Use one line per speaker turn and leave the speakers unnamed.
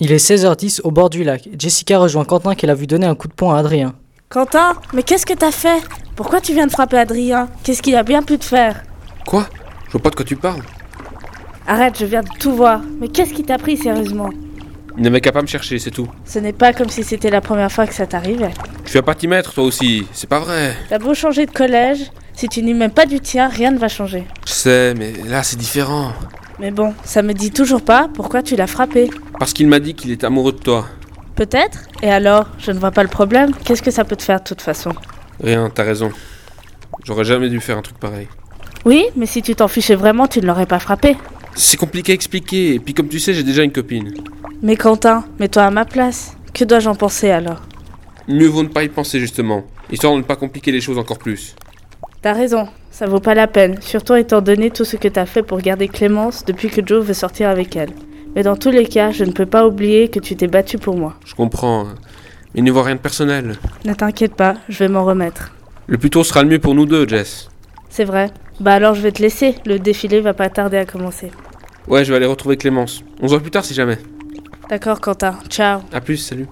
Il est 16h10 au bord du lac. Jessica rejoint Quentin qu'elle a vu donner un coup de poing à Adrien.
Quentin, mais qu'est-ce que t'as fait Pourquoi tu viens de frapper Adrien Qu'est-ce qu'il a bien pu te faire
Quoi Je vois pas de quoi tu parles.
Arrête, je viens de tout voir. Mais qu'est-ce qui t'a pris sérieusement
Il n'avait qu'à pas me chercher, c'est tout.
Ce n'est pas comme si c'était la première fois que ça t'arrivait.
Tu vas pas t'y mettre, toi aussi. C'est pas vrai.
T'as beau changer de collège, si tu n'y mets pas du tien, rien ne va changer.
Je sais, mais là, c'est différent.
Mais bon, ça me dit toujours pas pourquoi tu l'as frappé.
Parce qu'il m'a dit qu'il était amoureux de toi.
Peut-être Et alors Je ne vois pas le problème. Qu'est-ce que ça peut te faire de toute façon
Rien, t'as raison. J'aurais jamais dû faire un truc pareil.
Oui, mais si tu t'en fichais vraiment, tu ne l'aurais pas frappé.
C'est compliqué à expliquer, et puis comme tu sais, j'ai déjà une copine.
Mais Quentin, mets-toi à ma place. Que dois-je en penser alors
Mieux vaut ne pas y penser, justement, histoire de ne pas compliquer les choses encore plus.
T'as raison, ça vaut pas la peine, surtout étant donné tout ce que t'as fait pour garder Clémence depuis que Joe veut sortir avec elle. Mais dans tous les cas, je ne peux pas oublier que tu t'es battu pour moi.
Je comprends, hein. mais ne vois rien de personnel.
Ne t'inquiète pas, je vais m'en remettre.
Le plus tôt sera le mieux pour nous deux, Jess.
C'est vrai. Bah alors je vais te laisser, le défilé va pas tarder à commencer.
Ouais, je vais aller retrouver Clémence. On se voit plus tard si jamais.
D'accord Quentin, ciao.
À plus, salut.